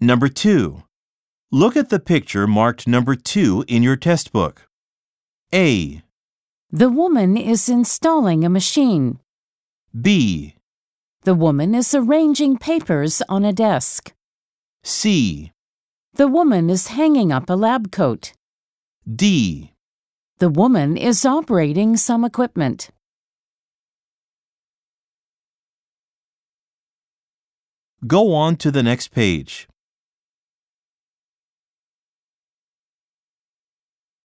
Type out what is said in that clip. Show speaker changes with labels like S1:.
S1: Number two, look at the picture marked number two in your test book. A,
S2: The woman is installing a machine.
S1: B,
S2: The woman is arranging papers on a desk.
S1: C,
S2: The woman is hanging up a lab coat.
S1: D.
S2: The woman is operating some equipment.
S1: Go on to the next page.